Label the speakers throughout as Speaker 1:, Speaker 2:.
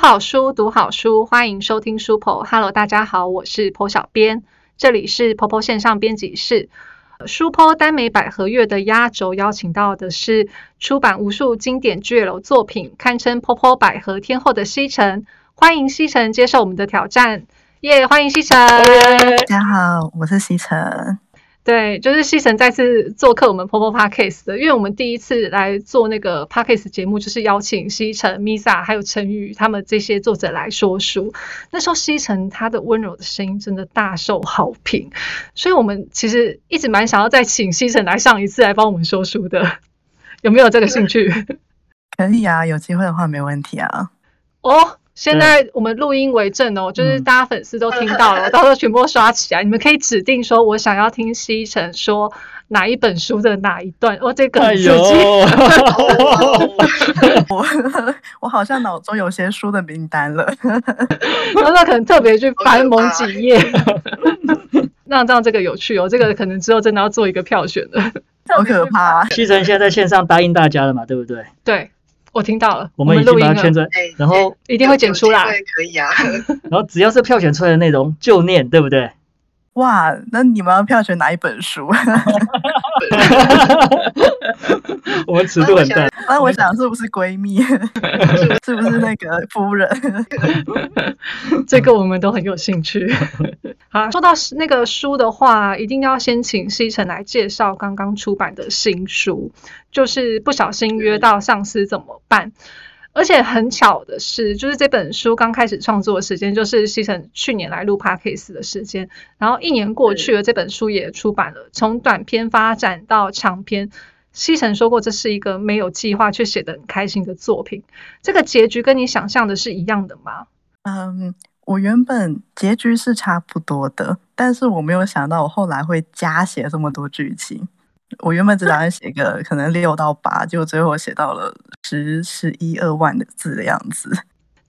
Speaker 1: 好书，读好书，欢迎收听书婆。Hello，大家好，我是婆小编，这里是婆婆线上编辑室。书坡耽美百合月的压轴邀请到的是出版无数经典 GL 作品，堪称坡坡百合天后的西城。欢迎西城接受我们的挑战，耶、欢迎西城。
Speaker 2: 大家好，我是西城。
Speaker 1: 对，就是西城再次做客我们 Popo Podcast 的，因为我们第一次来做那个 Podcast 节目，就是邀请西城、Misa 还有陈宇他们这些作者来说书。那时候西城他的温柔的声音真的大受好评，所以我们其实一直蛮想要再请西城来上一次来帮我们说书的，有没有这个兴趣？
Speaker 2: 可以啊，有机会的话没问题啊。
Speaker 1: 哦，现
Speaker 3: 嗯
Speaker 1: 在我们录音为证哦，就是大家粉丝都听到了，到时候全部都刷起来。你们可以指定说，我想要听西城说哪一本书的哪一段。哦，这个
Speaker 3: 哎
Speaker 1: 很刺
Speaker 3: 呦，
Speaker 1: 激。
Speaker 2: 我我好像脑中有些书的名单了。
Speaker 1: 然后他可能特别去翻某几页， 让让这个有趣哦。这个可能之后真的要做一个票选的。
Speaker 2: 好可怕、啊！
Speaker 3: 西城现在在线上答应大家了嘛，对不对？
Speaker 1: 对，我听到了，
Speaker 3: 我
Speaker 1: 们
Speaker 3: 们已
Speaker 1: 录
Speaker 3: 经
Speaker 1: 音
Speaker 3: 把它圈
Speaker 1: 了，
Speaker 2: 哎
Speaker 3: 出来，然后
Speaker 1: 一定会剪出来。
Speaker 4: 对，可以啊。
Speaker 3: 然后只要是票选出来的内容就念，对不 对？
Speaker 2: 哇，那你们要票选哪一本书？
Speaker 3: 我们尺度很大，
Speaker 2: 那我想是不是闺蜜？ 是不是那个夫人？
Speaker 1: 这个我们都很有兴趣。好，说到那个书的话，一定要先请西城来介绍刚刚出版的新书，就是《不小心约到上司怎么办》。而且很巧的是，就是这本书刚开始创作的时间，就是西城去年来录 podcast 的时间。然后一年过去了，这本书也出版了，从短篇发展到长篇。西城说过，这是一个没有计划却写得很开心的作品。这个结局跟你想象的是一样的吗？
Speaker 2: 嗯，我原本结局是差不多的，但是我没有想到我后来会加写这么多剧情。我原本只打算写个可能六到八，结果最后我写到了十、十一、二万的字的样子。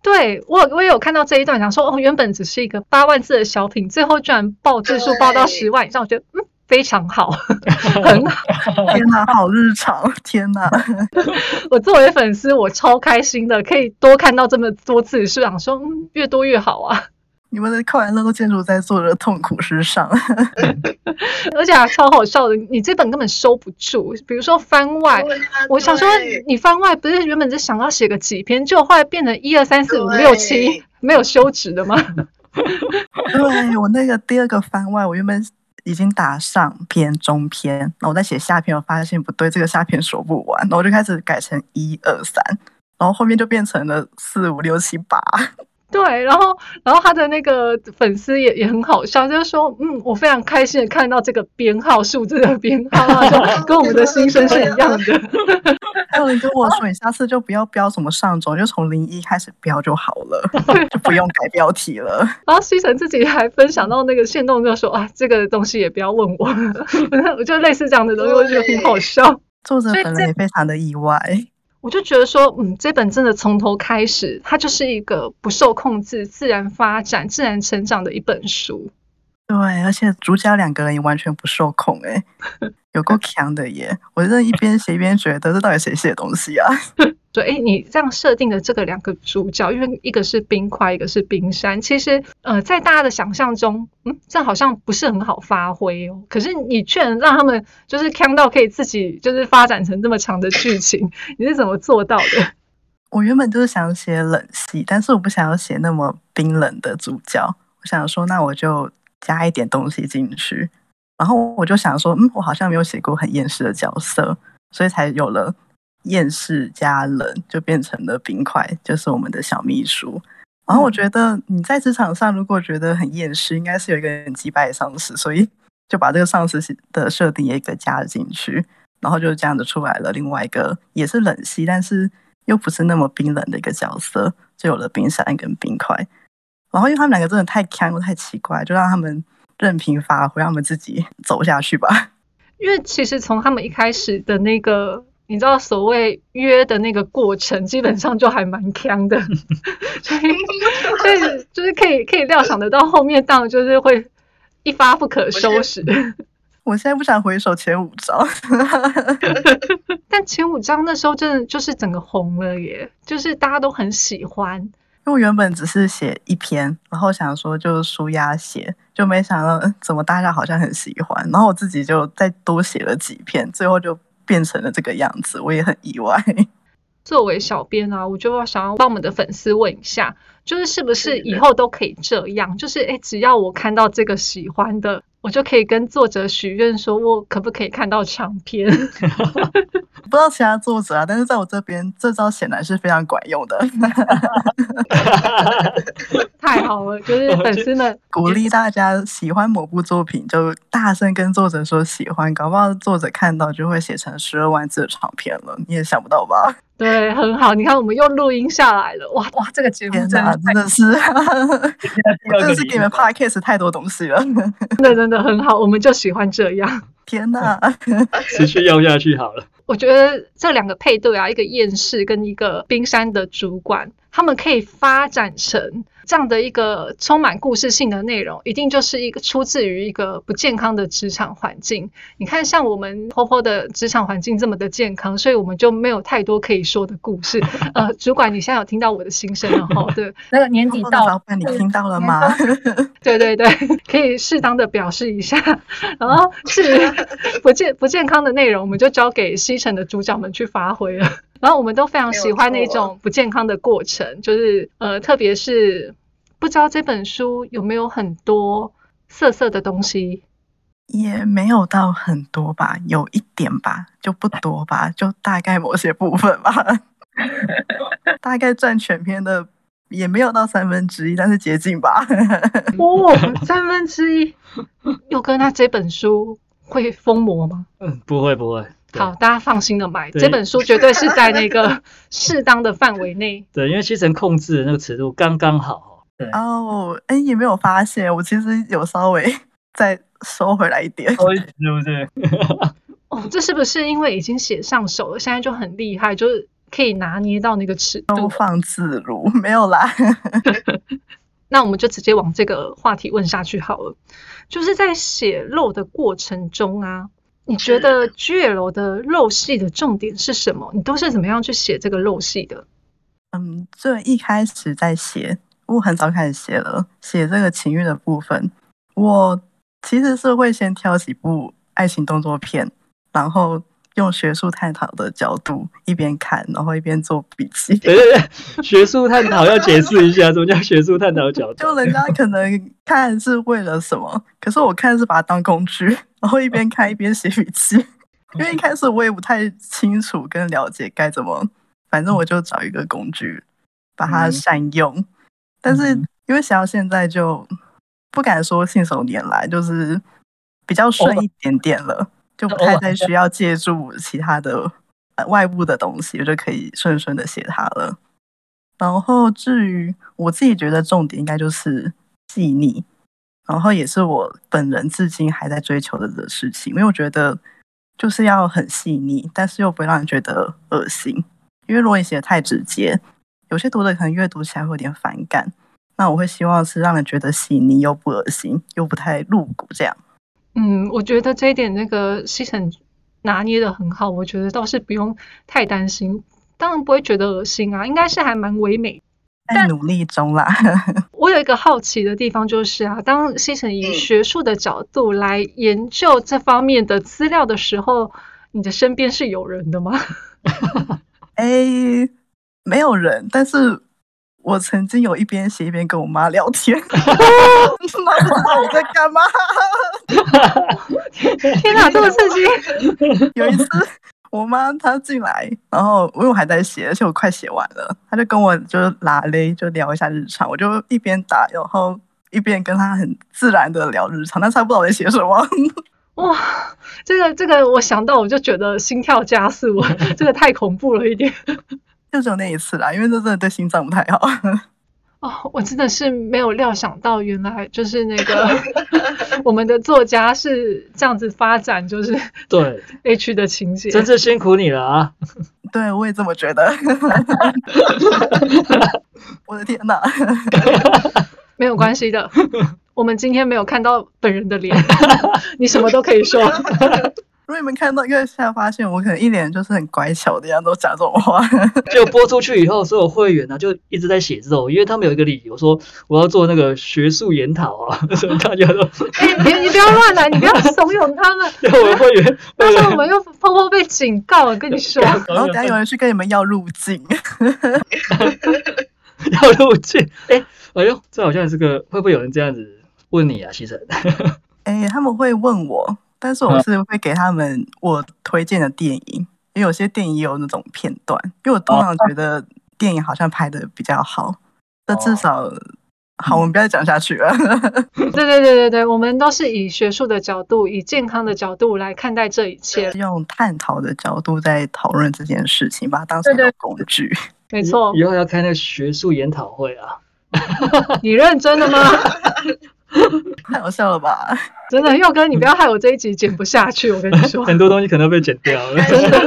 Speaker 1: 对我有，我也有看到这一段，想说哦，原本只是一个八万字的小品，最后居然报字数报到
Speaker 4: 对
Speaker 1: 十万以上，我觉得嗯非常好， 很 好。
Speaker 2: 天哪，好日常！天哪，
Speaker 1: 我作为粉丝，我超开心的，可以多看到这么多字数，想说嗯越多越好啊，
Speaker 2: 你们的快乐都建筑在作者的痛苦之上。
Speaker 1: 而且还超好笑的。你这本根本收不住，比如说番外。我想说，你番外不是原本是想要写个几篇，就后来变成一二三四五六七
Speaker 4: 对，
Speaker 1: 没有休止的吗？
Speaker 2: 对我那个第二个番外，我原本已经打上篇、中篇，然后我在写下篇，我发现不对，这个下篇说不完，然后我就开始改成一二三，然后后面就变成了四五六七 八。
Speaker 1: 对，然后然后他的那个粉丝也也很好笑，就是说，嗯，我非常开心的看到这个编号数字的编号，然后 就跟我们的心声是一样的。
Speaker 2: 还有人跟我说，你下次就不要标什么上周，就从零一开始标就好 了，就不用改标题了。
Speaker 1: 然后西城自己还分享到那个线动，就说啊，这个东西也不要问我， 我就类似这样的东西，我觉得很好笑。
Speaker 2: 作者
Speaker 1: 所以
Speaker 2: 本
Speaker 1: 这
Speaker 2: 人也非常的意外。
Speaker 1: 我就觉得说，嗯，这本真的从头开始，它就是一个不受控制、自然发展、自然成长的一本书。
Speaker 2: 对，而且主角两个人也完全不受控、欸，有够强的耶！我这一边写一边觉得，这到底谁写的东西啊？
Speaker 1: 对，哎，你这样设定的这个两个主角，因为一个是冰块，一个是冰山，其实呃，在大家的想象中，嗯，这样好像不是很好发挥哦。可是你却能让他们就是看到可以自己就是发展成这么长的剧情，你是怎么做到的？
Speaker 2: 我原本就是想写冷系，但是我不想要写那么冰冷的主角，我想说，那我就加一点东西进去。然后我就想说，嗯，我好像没有写过很厌世的角色，所以才有了厌世加冷，就变成了冰块，就是我们的小秘书。然后我觉得你在职场上如果觉得很厌世，应该是有一个很击败的上司，所以就把这个上司的设定也给加了进去，然后就这样子出来了另外一个也是冷系，但是又不是那么冰冷的一个角色，就有了冰山跟冰块。然后因为他们两个真的太看又太奇怪，就让他们任凭发挥，让他们自己走下去吧。
Speaker 1: 因为其实从他们一开始的那个。你知道所谓约的那个过程，基本上就还蛮强的，所以所以就是可以可以料想得到，后面当然就是会一发不可收拾。
Speaker 2: 我现在不想回首前五招，
Speaker 1: 但前五章那时候真的就是整个红了耶，就是大家都很喜欢。
Speaker 2: 因为我原本只是写一篇，然后想说就舒压写，就没想到嗯怎么大家好像很喜欢，然后我自己就再多写了几篇，最后就变成了这个样子，我也很意外。
Speaker 1: 作为小编啊，我就想要帮我们的粉丝问一下，就是是不是以后都可以这样？就是诶，只要我看到这个喜欢的，我就可以跟作者许愿，说我可不可以看到长篇？
Speaker 2: 不知道其他作者啊，但是在我这边这招显然是非常管用的，
Speaker 1: 太好了，就是粉丝们
Speaker 2: 鼓励大家喜欢某部作品就大声跟作者说喜欢，搞不好作者看到就会写成十二万字的长篇了，你也想不到吧？
Speaker 1: 对，很好。你看，我们又录音下来了，哇，
Speaker 4: 哇，这个节目
Speaker 2: 天
Speaker 4: 真
Speaker 2: 哪，
Speaker 4: 的
Speaker 2: 真的是，我真的是给你们 podcast 太多东西了，
Speaker 1: 真的真的很好，我们就喜欢这样。
Speaker 2: 天哪！
Speaker 3: 持续要下去好了。
Speaker 1: 我觉得这两个配对啊，一个厌世跟一个冰山的主管，他们可以发展成这样的一个充满故事性的内容，一定就是一个出自于一个不健康的职场环境。你看，像我们婆婆的职场环境这么的健康，所以我们就没有太多可以说的故事。呃，主管，你现在有听到我的心声了哈？对，
Speaker 4: 那个年底
Speaker 2: 报
Speaker 4: 到
Speaker 2: 告
Speaker 4: 了
Speaker 2: 老板，你听到了吗？
Speaker 1: 对对 对，可以适当的表示一下，然后是不健不健康的内容，我们就交给西城的主角们去发挥了。然后我们都非常喜欢那种不健康的过程，就是呃，特别是不知道这本书有没有很多色色的东西，
Speaker 2: 也没有到很多吧，有一点吧，就不多吧，就大概某些部分吧， 大概占全篇的也没有到三分之一，但是接近吧。
Speaker 1: 哦，三分之一，又跟他这本书会疯魔吗？
Speaker 3: 嗯，不会不会。对
Speaker 1: 好，大家放心的买
Speaker 3: 对
Speaker 1: 这本书，绝对是在那个适当的范围内。
Speaker 3: 对，因为西城控制的那个尺度刚刚好。对，
Speaker 2: 哦，哎，也没有发现，我其实有稍微 再收回来一点。
Speaker 3: 稍微对不对？
Speaker 1: 哦，这是不是因为已经写上手了，现在就很厉害，就是可以拿捏到那个尺
Speaker 2: 收
Speaker 1: 度？
Speaker 2: 放自如，没有啦。
Speaker 1: 那我们就直接往这个话题问下去好了。就是在写肉的过程中啊，你觉得 GL 的肉戏的重点是什么？你都是怎么样去写这个肉戏的？
Speaker 2: 嗯，最一开始在写，我很早开始写了，写这个情欲的部分，我其实是会先挑几部爱情动作片，然后用学术探讨的角度一边看，然后一边做笔记。
Speaker 3: 对对对，学术探讨要解释一下，什么叫学术探讨角 度？
Speaker 2: 就人家可能看是为了什么，可是我看是把它当工具，然后一边看一边写笔记。因为一开始我也不太清楚跟了解该怎么，反正我就找一个工具把它
Speaker 3: 嗯
Speaker 2: 善用。但是
Speaker 3: 嗯
Speaker 2: 因为写到现在就不敢说信手拈来，就是比较顺一点点了，就不太再需要借助其他的呃外部的东西，我就可以顺顺的写它了。然后至于我自己觉得重点应该就是细腻，然后也是我本人至今还在追求的的事情，因为我觉得就是要很细腻，但是又不会让人觉得恶心。因为如果你写的太直接，有些读者可能阅读起来会有点反感。那我会希望是让人觉得细腻又不恶心，又不太露骨这样。
Speaker 1: 嗯，我觉得这一点那个西城拿捏的很好，我觉得倒是不用太担心，当然不会觉得恶心啊，应该是还蛮唯美
Speaker 2: 在努力中啦，
Speaker 1: 我有一个好奇的地方，就是啊，当西城以
Speaker 4: 嗯
Speaker 1: 学术的角度来研究这方面的资料的时候，你的身边是有人的吗？
Speaker 2: 哎，没有人，但是我曾经有一边写一边跟我妈聊天， 那不知道我在干嘛。
Speaker 1: 天哪，这么刺激！
Speaker 2: 有一次，我妈她进来，然后因为我还在写，而且我快写完了，她就跟我就是拉嘞，就聊一下日常，我就一边打，然后一边跟她很自然的聊日常，但是她不知道我在写什么。
Speaker 1: 哇，这个这个，我想到我就觉得心跳加速，这个太恐怖了一点。
Speaker 2: 就只有那一次啦，因为这真的对心脏不太好。
Speaker 1: 哦，我真的是没有料想到，原来就是那个我们的作家是这样子发展，就是
Speaker 3: 对，
Speaker 1: H 的情节。
Speaker 3: 真是辛苦你了啊！
Speaker 2: 对，我也这么 觉得。我的天哪！
Speaker 1: 没有关系的，我们今天没有看到本人的脸，你什么都可以说。
Speaker 2: 如果你们看到月下，发现我可能一脸就是很乖巧的样子，都讲这种话，
Speaker 1: 哦
Speaker 3: 就播出去以后，所有会员呢、啊就一直在写这种，因为他们有一个理由说我要做那个学术研讨啊， 所以大家都。
Speaker 1: 你你不要乱来，你不要怂恿他们
Speaker 3: 对我们会员，
Speaker 1: 到时候我们又偷偷被警告，我跟你说，
Speaker 2: 然后等下有人去跟你们要入境，
Speaker 3: 要入境，哎，哎呦，这好像是个会不会有人这样子问你啊，西城？
Speaker 2: 哎、他们会问我，但是我是会给他们我推荐的电影，因为有些电影也有那种片段，因为我通
Speaker 1: 哦
Speaker 2: 常觉得电影好像拍的比较好，那
Speaker 1: 哦
Speaker 2: 至少好，我们不要再讲下去了。
Speaker 1: 对对对对对，我们都是以学术的角度，以健康的角度来看待这一切。
Speaker 2: 用探讨的角度在讨论这件事情，把它当成一
Speaker 1: 对对
Speaker 2: 个工具。
Speaker 1: 没错，
Speaker 3: 以后要开那个学术研讨会啊，
Speaker 1: 你认真的吗？
Speaker 2: 太好笑了吧？
Speaker 1: 真的，佑哥，你不要害我这一集剪不下去，我跟你说。
Speaker 3: 很多东西可能被剪掉了。
Speaker 1: 真的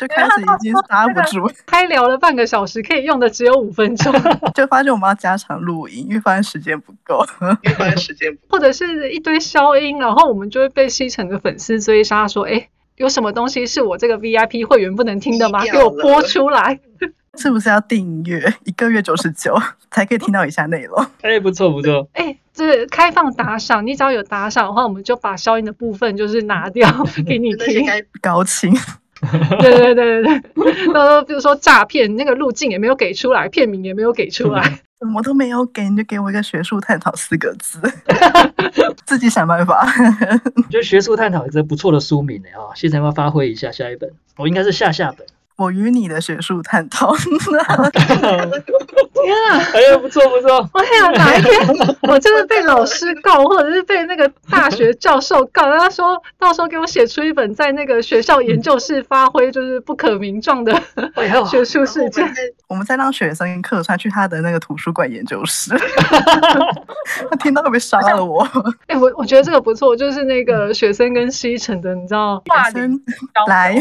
Speaker 2: 就开始已经刹不住，
Speaker 1: 开聊了半个小时，可以用的只有五分钟，
Speaker 2: 就发现我们要加长录音，因为发现时间不够。
Speaker 4: 因为发现时间不
Speaker 1: 或者是一堆消音，然后我们就会被西城的粉丝追杀，说：“哎，有什么东西是我这个 VIP 会员不能听的吗？
Speaker 4: 低
Speaker 1: 给
Speaker 4: 调
Speaker 1: 我
Speaker 4: 了
Speaker 1: 播出来。
Speaker 2: 是不是要订阅？一个月九十九才可以听到以下内容。
Speaker 3: 哎，不错不错，”
Speaker 1: 哎，这开放打赏，你只要有打赏的话，我们就把消音的部分就是拿 掉给你
Speaker 4: 就那些
Speaker 1: 听。
Speaker 4: 该
Speaker 2: 高清，
Speaker 1: 对对对对对，呃，比如说诈骗那个路径也没有给出来，片名也没有给出来，
Speaker 2: 什么都没有给，你就给我一个学术探讨四个字， 自己想办法。
Speaker 3: 我觉得学术探讨也是不错的书名呢啊，西城要不要发挥一下下一本，我应该是下 下本。
Speaker 2: 我与你的学术探讨，
Speaker 1: 天啊！
Speaker 3: 哎呀，不错不错，
Speaker 1: 我想哪一天我真的被老师告，或者是被那个大学教授告，他说到时候给我写出一本在那个学校研究室发挥就是不可名状的
Speaker 3: 哎呀，
Speaker 1: 学术事
Speaker 4: 然后我
Speaker 1: 件。
Speaker 4: 们再
Speaker 2: 我们再让学生客串去他的那个图书馆研究室， 他听到会不会杀了我？
Speaker 1: 哎、我我觉得这个不错，就是那个雪森跟西城的，你知道？
Speaker 2: 学生来，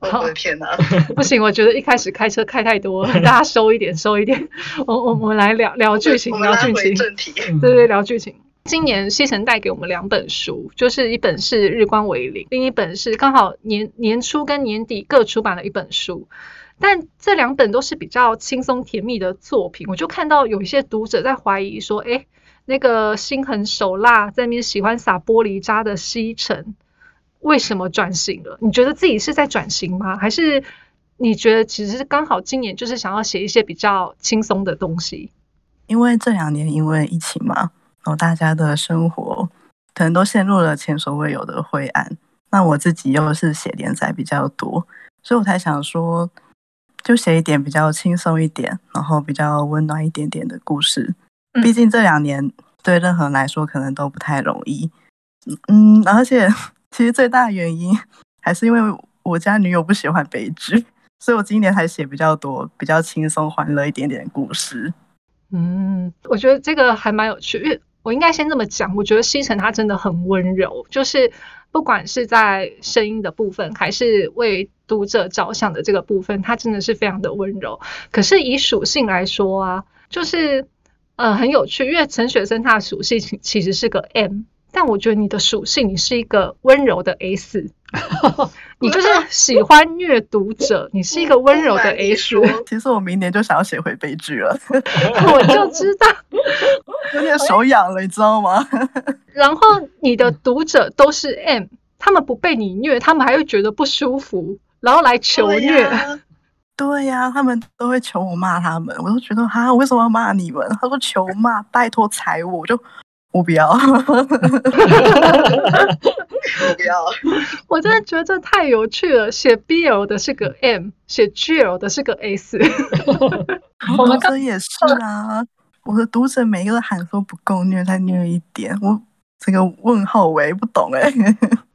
Speaker 4: 哦我的天哪！
Speaker 1: 不行，我觉得一开始开车开太多了， 大家收一点，收一点。我我我们来聊聊剧情
Speaker 4: 我，们
Speaker 1: 聊
Speaker 4: 拉
Speaker 1: 剧
Speaker 4: 回
Speaker 1: 情。
Speaker 4: 正题，
Speaker 3: 嗯
Speaker 1: 对对，聊剧情。今年西城带给我们两本书，就是一本是《日光为零》，另一本是刚好年年初跟年底各出版了一本书。但这两本都是比较轻松甜蜜的作品，我就看到有一些读者在怀疑说，哎，那个心狠手辣，在那边喜欢撒玻璃渣的西城，为什么转型了？你觉得自己是在转型吗？还是你觉得其实是刚好今年就是想要写一些比较轻松的东西？
Speaker 2: 因为这两年因为疫情嘛，然后大家的生活可能都陷入了前所未有的灰暗。那我自己又是写连载比较多，所以我才想说，就写一点比较轻松一点，然后比较温暖一点点的故事。
Speaker 1: 嗯
Speaker 2: 毕竟这两年对任何人来说可能都不太容易。嗯，而且其实最大的原因还是因为我家女友不喜欢悲剧，所以我今年还写比较多、比较轻松、欢乐一点点的故事。
Speaker 1: 嗯，我觉得这个还蛮有趣，因为我应该先这么讲，我觉得西城他真的很温柔，就是不管是在声音的部分，还是为读者着想的这个部分，他真的是非常的温柔。可是以属性来说啊，就是呃很有趣，因为陈雪生他的属性其其实是个 M，但我觉得你的属性你是一个温柔的 S，你就是喜欢虐读者，你是一个温柔的 S，
Speaker 4: 啊不瞒你说
Speaker 2: 其实我明年就想要写回悲剧了，
Speaker 1: 我就知道。
Speaker 2: 有点手痒了，你知道吗？
Speaker 1: 然后你的读者都是 M，他们不被你虐，他们还会觉得不舒服，然后来 求
Speaker 4: 对啊
Speaker 1: 虐。
Speaker 4: 呀
Speaker 2: 对呀、他们都会求我骂他们，我都觉得哈，我为什么要骂你们？他说求骂，拜托踩我，我就我不要。
Speaker 4: 我不要，
Speaker 1: 我真的觉得这太有趣了。写 BL 的是个 M，写 GL 的是个 S。
Speaker 2: 我读者也是啊，我的读者每一个都喊说不够虐，再虐一点。我这个问号我也不懂哎、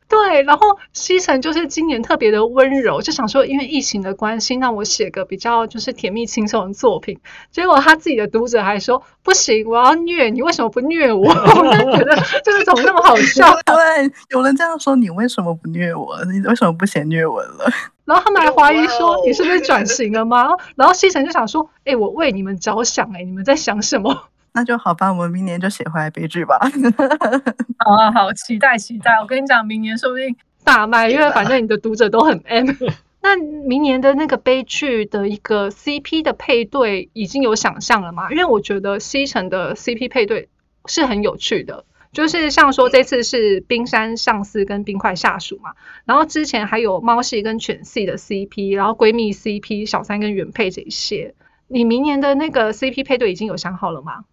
Speaker 1: 对，然后西城就是今年特别的温柔，就想说因为疫情的关系，让我写个比较就是甜蜜轻松的作品。结果他自己的读者还说不行，我要虐你，为什么不虐我？ 我就觉得就是怎么那么好笑。
Speaker 2: 对，有人这样说，你为什么不虐我？你为什么不写虐我了？
Speaker 1: 然后他们还怀疑
Speaker 4: 哇
Speaker 1: 说
Speaker 4: 哦
Speaker 1: 你是不是转型了吗？然后西城就想说，哎、我为你们着想、哎，你们在想什么？
Speaker 2: 那就好吧，我们明年就写回来悲剧吧。
Speaker 5: 好啊，好，期待期待！我跟你讲，明年说不定
Speaker 1: 大卖，因为
Speaker 4: 对吧
Speaker 1: 反正你的读者都很 M。那 明年的那个悲剧的一个 CP 的配对已经有想象了吗？因为我觉得西城的 CP 配对是很有趣的，就是像说这次是冰山上司跟冰块下属嘛，然后之前还有猫系跟犬系的 CP，然后闺蜜 CP 小三跟原配这一些。你明年的那个 CP 配对已经有想好了吗？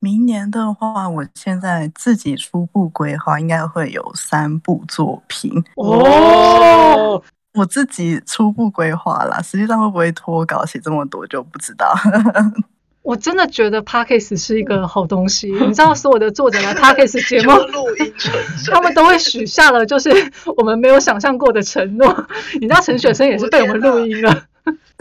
Speaker 2: 明年的话，我现在自己初步规划应该会有三部作品，
Speaker 3: 哦，
Speaker 2: 我自己初步规划啦，实际上会不会脱稿写这么多就不知道。
Speaker 1: 我真的觉得 Pockets 是一个好东西。你知道，所有的作者来 Pockets 节
Speaker 4: 全
Speaker 1: 目，
Speaker 4: 部录音存证
Speaker 1: 他们都会许下了就是 我们没有想象过的承诺。你知道，陈雪生也是被我们录音了，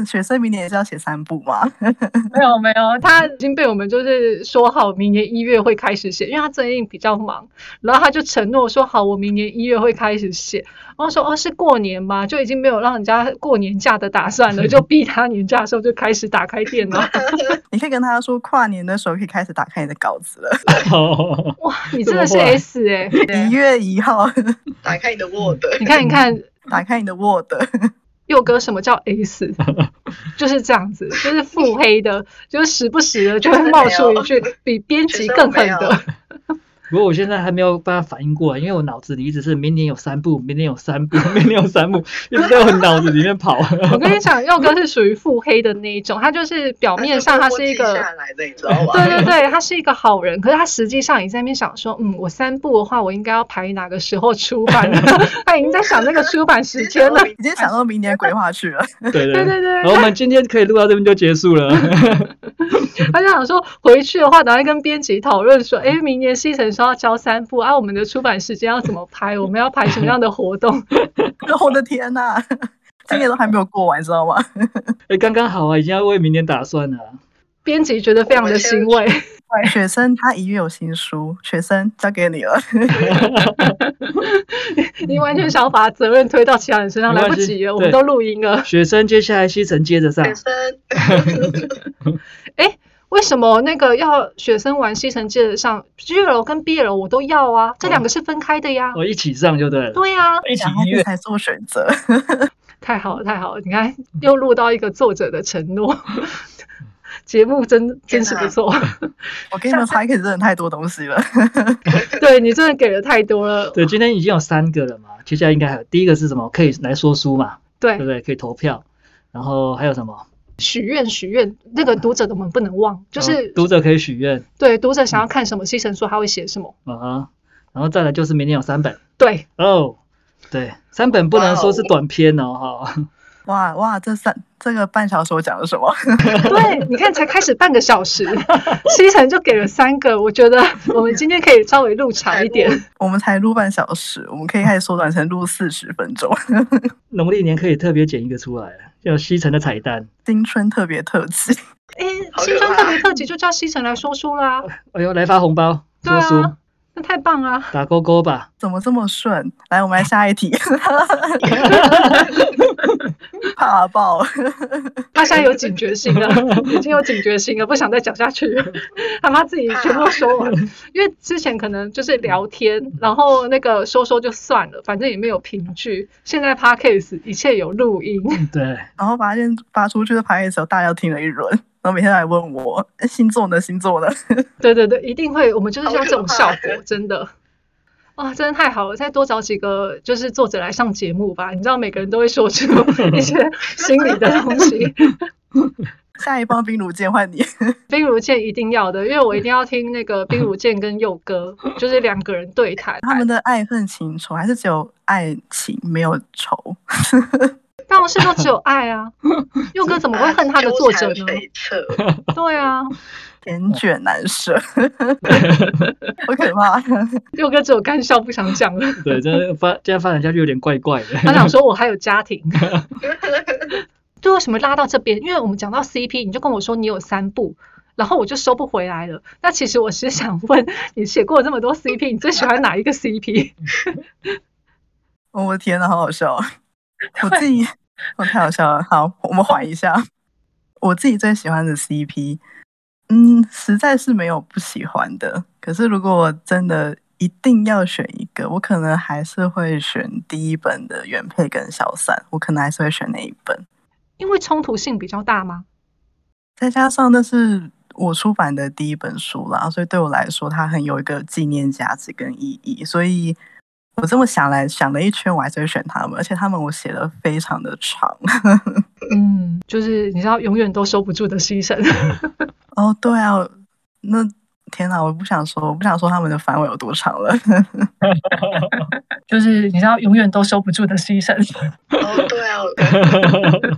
Speaker 2: 学生明年是要写三部吗？
Speaker 1: 没有没有，他已经被我们就是说好明年一月会开始写，因为他最近比较忙，然后他就承诺说好，我明年一月会开始写。然后说哦，是过年吗？就已经没有让人家过年假的打算了，就逼他年假的时候就开始打开电脑。
Speaker 2: 你可以跟他说，跨年的时候可以开始打开你的稿子了，
Speaker 3: 好，
Speaker 1: 哇，你真的是
Speaker 3: 这么坏
Speaker 1: S 哎、
Speaker 2: 一月一号
Speaker 4: 打开你的 Word，
Speaker 1: 你看你看。
Speaker 2: 打开你的 Word。
Speaker 1: 佑哥什么叫 S，就是这样子，就是腹黑的，就是时不时的就会冒出一句比编辑更狠
Speaker 4: 学生没
Speaker 1: 的
Speaker 4: 有。
Speaker 3: 不过我现在还没有办法反应过来，因为我脑子里一直是明年有三部，明年有三 部，明年有三部，一直在我脑子里面 跑。
Speaker 1: 我跟你讲，佑哥是属于腹黑的那一种，他就是表面上他是一
Speaker 4: 它是默默记
Speaker 1: 个
Speaker 4: 下。来的，你知道吗？
Speaker 1: 对对对，他是一个好人，可是他实际上也在那边想说，嗯，我三部的话，我应该要排哪个时候出版？ 他已经在想那个出版时间了。
Speaker 2: 已经想到明年规划去了，
Speaker 3: 对对
Speaker 1: 对对对
Speaker 3: 然后我们今天可以录到这边就结束了。
Speaker 1: 他就想说，回去的话，赶快跟编辑讨论说，哎，明年西城说要交三部啊，我们的出版时间要怎么排？我们要排什么样的活动？
Speaker 2: 我的天呐，今年都还没有过完，知道吗？
Speaker 3: 哎，刚刚好啊，已经要为明年打算了。
Speaker 1: 编辑觉得非常的欣慰。
Speaker 2: 学生他一月有新书，学生交给你了，
Speaker 1: 你完全想要把责任推到其他人身上，
Speaker 3: 没
Speaker 1: 来
Speaker 3: 关
Speaker 1: 不
Speaker 3: 系
Speaker 1: 及了，我
Speaker 3: 对
Speaker 1: 们都录音了。
Speaker 3: 学生接下来西城接着上
Speaker 4: 本，身
Speaker 1: 为什么那个要学生玩西城接着上 G L 跟 B L 我都要啊？这两个是分开的呀。
Speaker 3: 哦，一起上就对了。
Speaker 1: 对呀、
Speaker 3: 一起
Speaker 2: 然后
Speaker 3: 音乐
Speaker 2: 才做选择。
Speaker 1: 太好了，太好了！你看，
Speaker 3: 嗯
Speaker 1: 又录到一个作者的承诺，节目真真是不错。
Speaker 2: 我跟你们 p o d 真的太多东西了，
Speaker 1: 对你真的给的太多了。
Speaker 3: 对，今天已经有三个了嘛，接下来应该还有第一个是什么？可以来说书嘛，
Speaker 1: 对
Speaker 3: 对不对？可以投票，然后还有什么？
Speaker 1: 许愿许愿，那个读者的我们不能忘，就是、
Speaker 3: 哦读者可以许愿
Speaker 1: 对读者想要看什么西城说他会写什么。
Speaker 3: 啊哈，然后再来就是明年有三本
Speaker 1: 对，
Speaker 3: 哦，对，三本不能说是短篇哦哈，
Speaker 2: 哇哇，这三这个半小时我讲了什么？
Speaker 1: 对，你看才开始半个小时， 西城就给了三个，我觉得我们今天可以稍微录长一点。
Speaker 2: 我们才录半小时，我们可以开始缩短成录四十分钟，
Speaker 3: 农历年可以特别剪一个出来，叫西城的彩蛋。
Speaker 2: 新春特别特辑。
Speaker 1: 哎，
Speaker 4: 好
Speaker 1: 新
Speaker 4: 可
Speaker 1: 春
Speaker 4: 怕
Speaker 1: 特别特辑就叫西城来说书 啦，
Speaker 3: 哎呦，来发红包，
Speaker 1: 对
Speaker 3: 说书，
Speaker 1: 啊，那太棒啊了。
Speaker 3: 打勾勾吧。
Speaker 2: 怎么这么顺？来，我们来下一题， 怕爆！
Speaker 1: 他现在有警觉性了， 已经有警觉性了，不想再讲下去 了，他怕自己全部说 完。因为之前可能就是聊天，然后那个说说就算了，反正也没有凭据。现在 podcast 一切有录音，
Speaker 3: 对，
Speaker 2: 然后发现发出去的牌的时候，大家听了一轮，然后每天来问我诶星座呢，星座呢，
Speaker 1: 对对对，一定会，我们就是要这种效
Speaker 4: 好可
Speaker 1: 果，真的。哇、真的太好了！再多找几个就是作者来上节目吧，你知道每个人都会说出一 些心里的东西。
Speaker 2: 下一帮冰炉见换你。
Speaker 1: 冰如剑一定要的，因为我一定要听那个冰如剑跟佑哥，就是两个人对谈。
Speaker 2: 他们的爱恨情仇还是只有爱情没有仇？
Speaker 1: 办公室都只有爱啊，佑哥怎么会恨他的作者呢
Speaker 4: 啊纠缠？悱恻
Speaker 1: 对啊，
Speaker 2: 缱绻难舍，好可怕！
Speaker 1: 佑哥只有干笑不想讲了，
Speaker 3: 对，这发 这样发展下去有点怪怪的。
Speaker 1: 他想说我还有家 庭。对，为什么拉到这边？因为我们讲到 CP，你就跟我说你有三部，然后我就收不回来了。那其实我是想问，你写过这么多 CP，你最喜欢哪一个 CP？
Speaker 2: 我的天呐，好好笑！啊我自己，我太好笑了。好，我们缓一下。我自己最喜欢的 CP，嗯，实在是没有不喜欢的。可是如果真的
Speaker 4: 一定要选一个，我可能还是会选第一本的原配跟小三，我可能还是会选那一本。
Speaker 1: 因为冲突性比较大吗？
Speaker 4: 再加上那是我出版的第一本书啦，所以对我来说，它很有一个纪念价值跟意义。所以我这么想来想了一圈，我还是会选他们，而且他们我写的非常的长。
Speaker 1: 嗯，就是你知道，永远都收不住的牺牲。
Speaker 4: 哦，对啊，那天哪，我不想说，我不想说他们的番尾有多长了。
Speaker 1: 就是你知道，永远都收不住的牺牲。
Speaker 6: 哦，对啊，我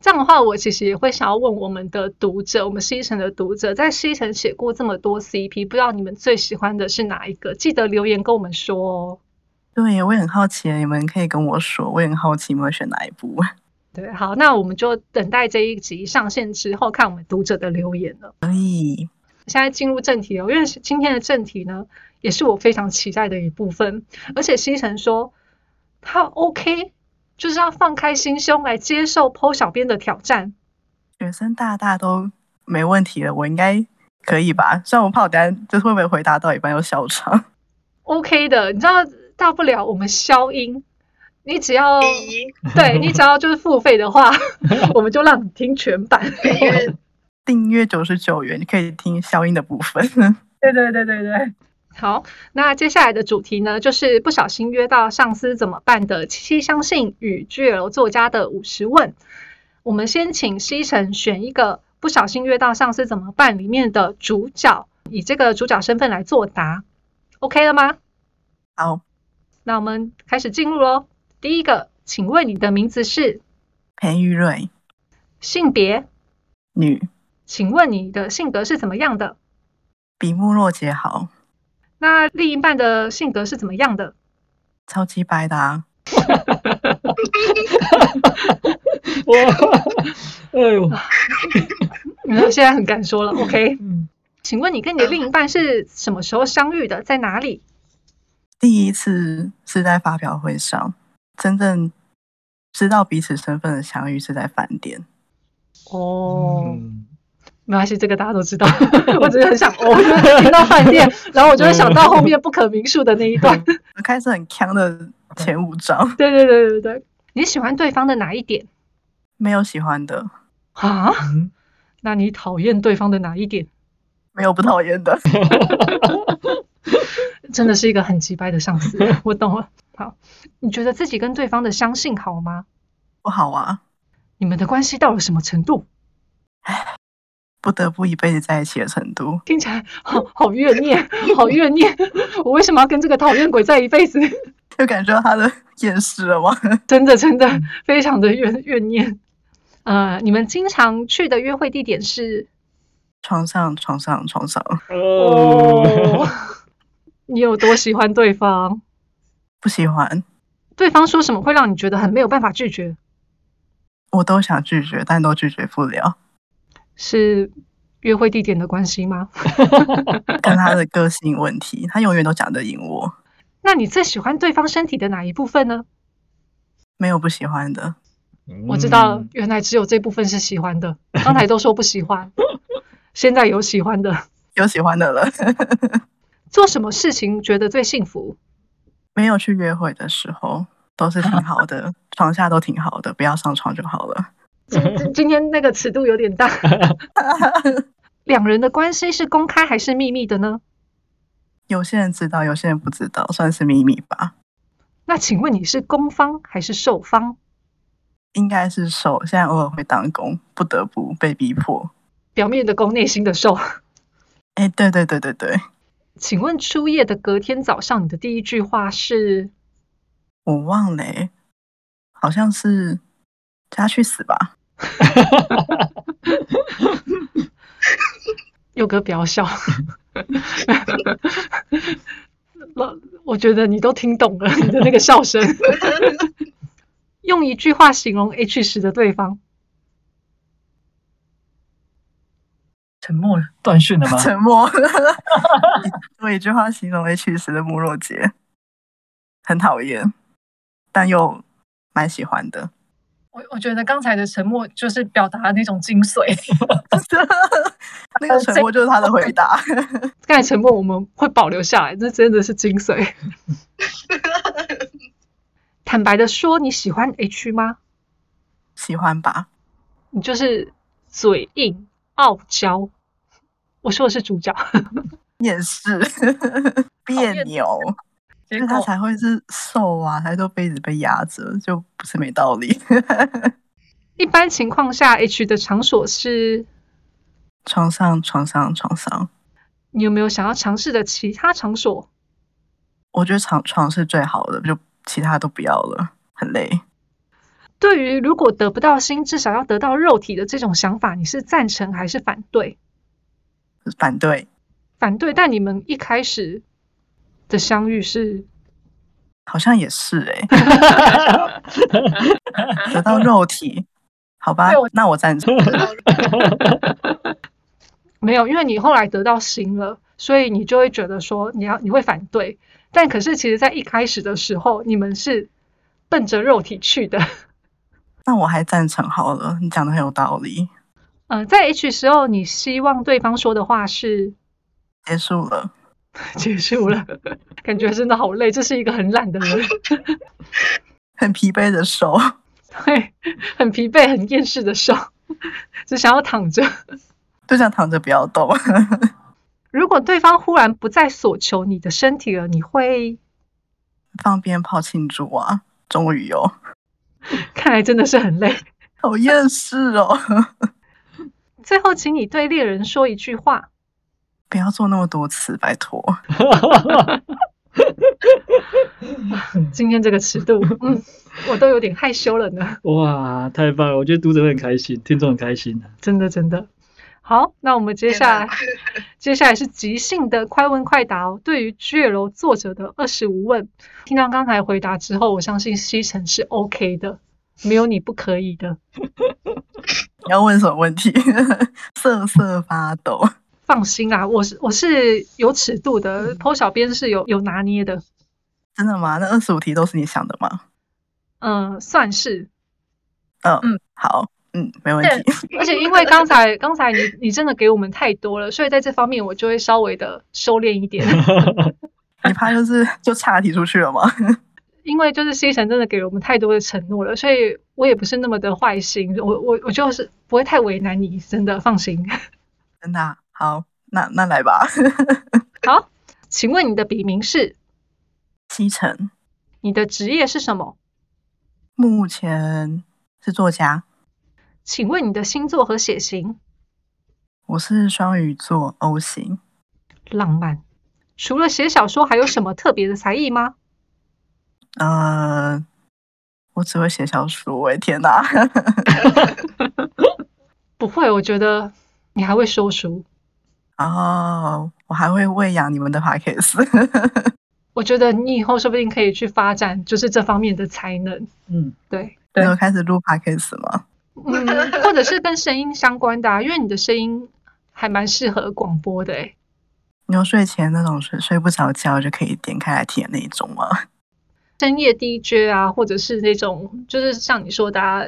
Speaker 1: 这样的话，我其实也会想要问我们的读者，我们西城的读者，在西城写过这么多 CP，不知道你们最喜欢的是哪一个？记得留言跟我们说哦。
Speaker 4: 对，我也很好奇，你们可以跟我说，我也很好奇你们会选哪一部。
Speaker 1: 对，好，那我们就等待这一集上线之后，看我们读者的留言了。
Speaker 4: 所以，
Speaker 1: 现在进入正题了，因为今天的正题呢，也是我非常期待的一部分。而且西城说他 OK，就是要放开心胸来接受剖小编的挑战。
Speaker 4: 学生大大都没问题了，我应该可以吧？虽然我怕我等下就是会不会回答到一半又笑场。
Speaker 1: OK 的，你知道，大不了我们消音，你只要
Speaker 6: 第一
Speaker 1: 对你只要就是付费的话， 我们就让你听全版。
Speaker 6: 每月
Speaker 4: 订阅九十九元，你可以听消音的部分。
Speaker 1: 对对对对对。好，那接下来的主题呢，就是不小心约到上司怎么办的七七相信与 GL 作家的五十问。我们先请西城选一个不小心约到上司怎么办里面的主角，以这个主角身份来作答，OK 了吗？
Speaker 4: 好，
Speaker 1: 那我们开始进入喽。第一个，请问你的名字是
Speaker 4: 裴玉瑞，
Speaker 1: 性别？
Speaker 4: 女，
Speaker 1: 请问你的性格是怎么样的？
Speaker 4: 比穆洛杰好，
Speaker 1: 那另一半的性格是怎么样的？
Speaker 4: 超级白的、啊。
Speaker 3: 我，哎呦，
Speaker 1: 你们现在很敢说了，OK？
Speaker 3: 嗯
Speaker 1: 请问你跟你的另一半是什么时候相遇的？在哪里？
Speaker 4: 第一次是在发表会上，真正知道彼此身份的相遇是在饭店。
Speaker 1: 哦，没关系，这个大家都知道。我只是很想，哦，我就是听到饭店，然后我就会想到后面不可描述的那一段。
Speaker 4: 我开始很强的前五章，
Speaker 1: 对对对对对，你喜欢对方的哪一点
Speaker 4: 没有喜欢的，
Speaker 1: 啊？
Speaker 3: 嗯
Speaker 1: 那你讨厌对方的哪一点？
Speaker 4: 没有不讨厌的。
Speaker 1: 真的是一个很急掰的上司，我懂了。好，你觉得自己跟对方的相信好吗？
Speaker 4: 不好啊，
Speaker 1: 你们的关系到了什么程度？
Speaker 4: 不得不一辈子在一起的程度。
Speaker 1: 听起来好好怨念，好怨念！我为什么要跟这个讨厌鬼在一辈子？
Speaker 4: 有感觉到他的厌世了吗？
Speaker 1: 真的真的非常的怨怨念。呃，你们经常去的约会地点是？
Speaker 4: 床上，床上，床上，
Speaker 3: 哦，，
Speaker 1: 你有多喜欢对方？
Speaker 4: 不喜欢，
Speaker 1: 对方说什么会让你觉得很没有办法拒绝？
Speaker 4: 我都想拒绝，但都拒绝不了。
Speaker 1: 是约会地点的关系吗？
Speaker 4: 跟他的个性问题， 他永远都讲得赢我，
Speaker 1: 那你最喜欢对方身体的哪一部分呢？
Speaker 4: 没有不喜欢的。
Speaker 1: 我知道
Speaker 3: 嗯
Speaker 1: 了，原来只有这部分是喜欢的。刚才都说不喜欢，现在有喜欢的。
Speaker 4: 有喜欢的了，
Speaker 1: 做什么事情觉得最幸福？
Speaker 4: 没有去约会的时候都是挺好的，床下都挺好的，不要上床就好了。
Speaker 1: 今今天那个尺度有点大。两人的关系是公开还是秘密的呢？
Speaker 4: 有些人知道，有些人不知道，算是秘密吧。
Speaker 1: 那请问你是攻方还是受方？
Speaker 4: 应该是受，现在偶尔会当工，不得不被逼迫。
Speaker 1: 表面的攻，内心的受。
Speaker 4: 哎，对对对对对，
Speaker 1: 请问初夜的隔天早上，你的第一句话是？
Speaker 4: 我忘了欸、好像是家去死吧。
Speaker 1: 佑哥不要 笑。老，我觉得你都听懂了你的那个笑 声。用一句话形容 H 十的对方，
Speaker 3: 沉默了，断讯了吗？
Speaker 4: 沉默。 用一句话形容 H 十的穆若杰，很讨厌，但又蛮喜欢的。
Speaker 2: 我我觉得刚才的沉默就是表达那种精髓，
Speaker 4: 那
Speaker 1: 呃
Speaker 4: 个沉默就是他的回 答。
Speaker 1: 刚才沉默我们会保留下来，这真的是精 髓。坦白的说，你喜欢 H 吗？
Speaker 4: 喜欢吧？
Speaker 1: 你就是嘴硬、傲娇。我说的是主角，
Speaker 4: 厌世，别扭，
Speaker 2: 结
Speaker 4: 因
Speaker 2: 果
Speaker 4: 为他才会是瘦啊，才都被一直被压着，就不是没道理。
Speaker 1: 一般情况下，H 的场所是
Speaker 4: 床上，床上，床上，
Speaker 1: 你有没有想要尝试的其他场所？
Speaker 4: 我觉得床床是最好的，就其他都不要了，很累。
Speaker 1: 对于如果得不到心，至少要得到肉体的这种想法，你是赞成还是反对？
Speaker 4: 反对，
Speaker 1: 反对，但你们一开始的相遇是
Speaker 4: 好像也是哎、得到肉体，好 吧
Speaker 2: 对我，
Speaker 4: 那我赞成。
Speaker 1: 没有，因为你后来得到心了，所以你就会觉得说你要你会反对，但可是其实，在一开始的时候，你们是奔着肉体去的。
Speaker 4: 那我还赞成好了，你讲的很有道理。
Speaker 1: 呃，在 H 时候，你希望对方说的话是
Speaker 4: 结束了，
Speaker 1: 结束了，感觉真的好累，这是一个很懒的人，
Speaker 4: 很疲惫的手，
Speaker 1: 对，很疲惫、很厌世的手， 只想要躺着。
Speaker 4: 就想躺着不要动。
Speaker 1: 如果对方忽然不再索求你的身体了，你会
Speaker 4: 放鞭炮庆祝啊！终于有，
Speaker 1: 看来真的是很累。
Speaker 4: 好厌世哦！
Speaker 1: 最后，请你对猎人说一句话。
Speaker 4: 不要做那么多次，拜托。
Speaker 1: 今天这个尺 度，嗯，我都有点害羞了呢，
Speaker 3: 哇，太棒了！我觉得读者会很开心，听众很开心、 啊。
Speaker 1: 真的真的。好，那我们接下来， 接下来是即兴的快问快答哦。对于血楼作者的二十五问，听到刚才回答之后，我相信西城是 OK 的，没有你不可以的。
Speaker 4: 你要问什么问题？ 瑟瑟发抖。
Speaker 1: 放心啦，我是我是有尺度的，剖小编是有有拿捏的，
Speaker 4: 真的吗？那二十五题都是你想的吗？
Speaker 1: 嗯、算是。
Speaker 4: 嗯
Speaker 2: 嗯
Speaker 4: 嗯，好，嗯，没问题。
Speaker 1: 而且因为刚才刚才你你真的给我们太多了，所以在这方面我就会稍微的收敛一点。
Speaker 4: 你怕就是就岔题出去 了吗？
Speaker 1: 因为就是西城真的给我们太多的承诺了，所以我也不是那么的坏心，我我我就是不会太为难你，真的放心。
Speaker 4: 真的啊、好，那那来吧。
Speaker 1: 好，请问你的笔名是？
Speaker 4: 西城
Speaker 1: 你的职业是什么？
Speaker 4: 目前是作家，
Speaker 1: 请问你的星座和血型？
Speaker 4: 我是双鱼座 O 型，
Speaker 1: 浪漫。除了写小说，还有什么特别的才艺吗？
Speaker 4: 呃，我只会写小说、欸，天哪！
Speaker 1: 不会，我觉得你还会说书。
Speaker 4: 哦，我还会喂养你们的 podcast，
Speaker 1: 我觉得你以后说不定可以去发展，就是这方面的才能。
Speaker 3: 嗯，
Speaker 1: 对，
Speaker 2: 对
Speaker 4: 你有开始录 podcast 吗？
Speaker 1: 嗯，或者是跟声音相关的、啊，因为你的声音还蛮适合广播的诶、欸
Speaker 4: 你有睡前那种睡睡不着觉就可以点开来听的那一种吗？
Speaker 1: 深夜 DJ 啊，或者是那种就是像你说的、啊，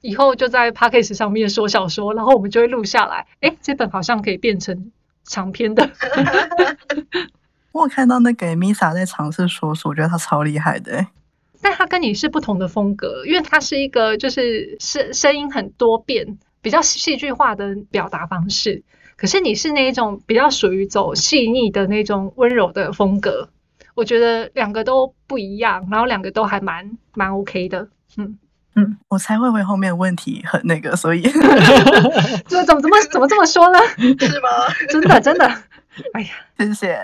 Speaker 1: 以后就在 p a c k a g e 上面说小说，然后我们就会录下来。哎，这本好像可以变成长篇的，
Speaker 4: 我有看到那个 Misa 在尝试说书，我觉得他超厉害的欸、
Speaker 1: 但它跟你是不同的风格，因为它是一个就是声声音很多变、比较戏剧化的表达方式。可是你是那一种比较属于走细腻的那种温柔的风格，我觉得两个都不一样，然后两个都还蛮蛮 OK 的。
Speaker 4: 我猜会不会后面问题很那个， 所以
Speaker 1: 这怎么怎么怎么这么说呢？
Speaker 7: 是吗？
Speaker 1: 真的真的，哎呀，
Speaker 4: 谢谢。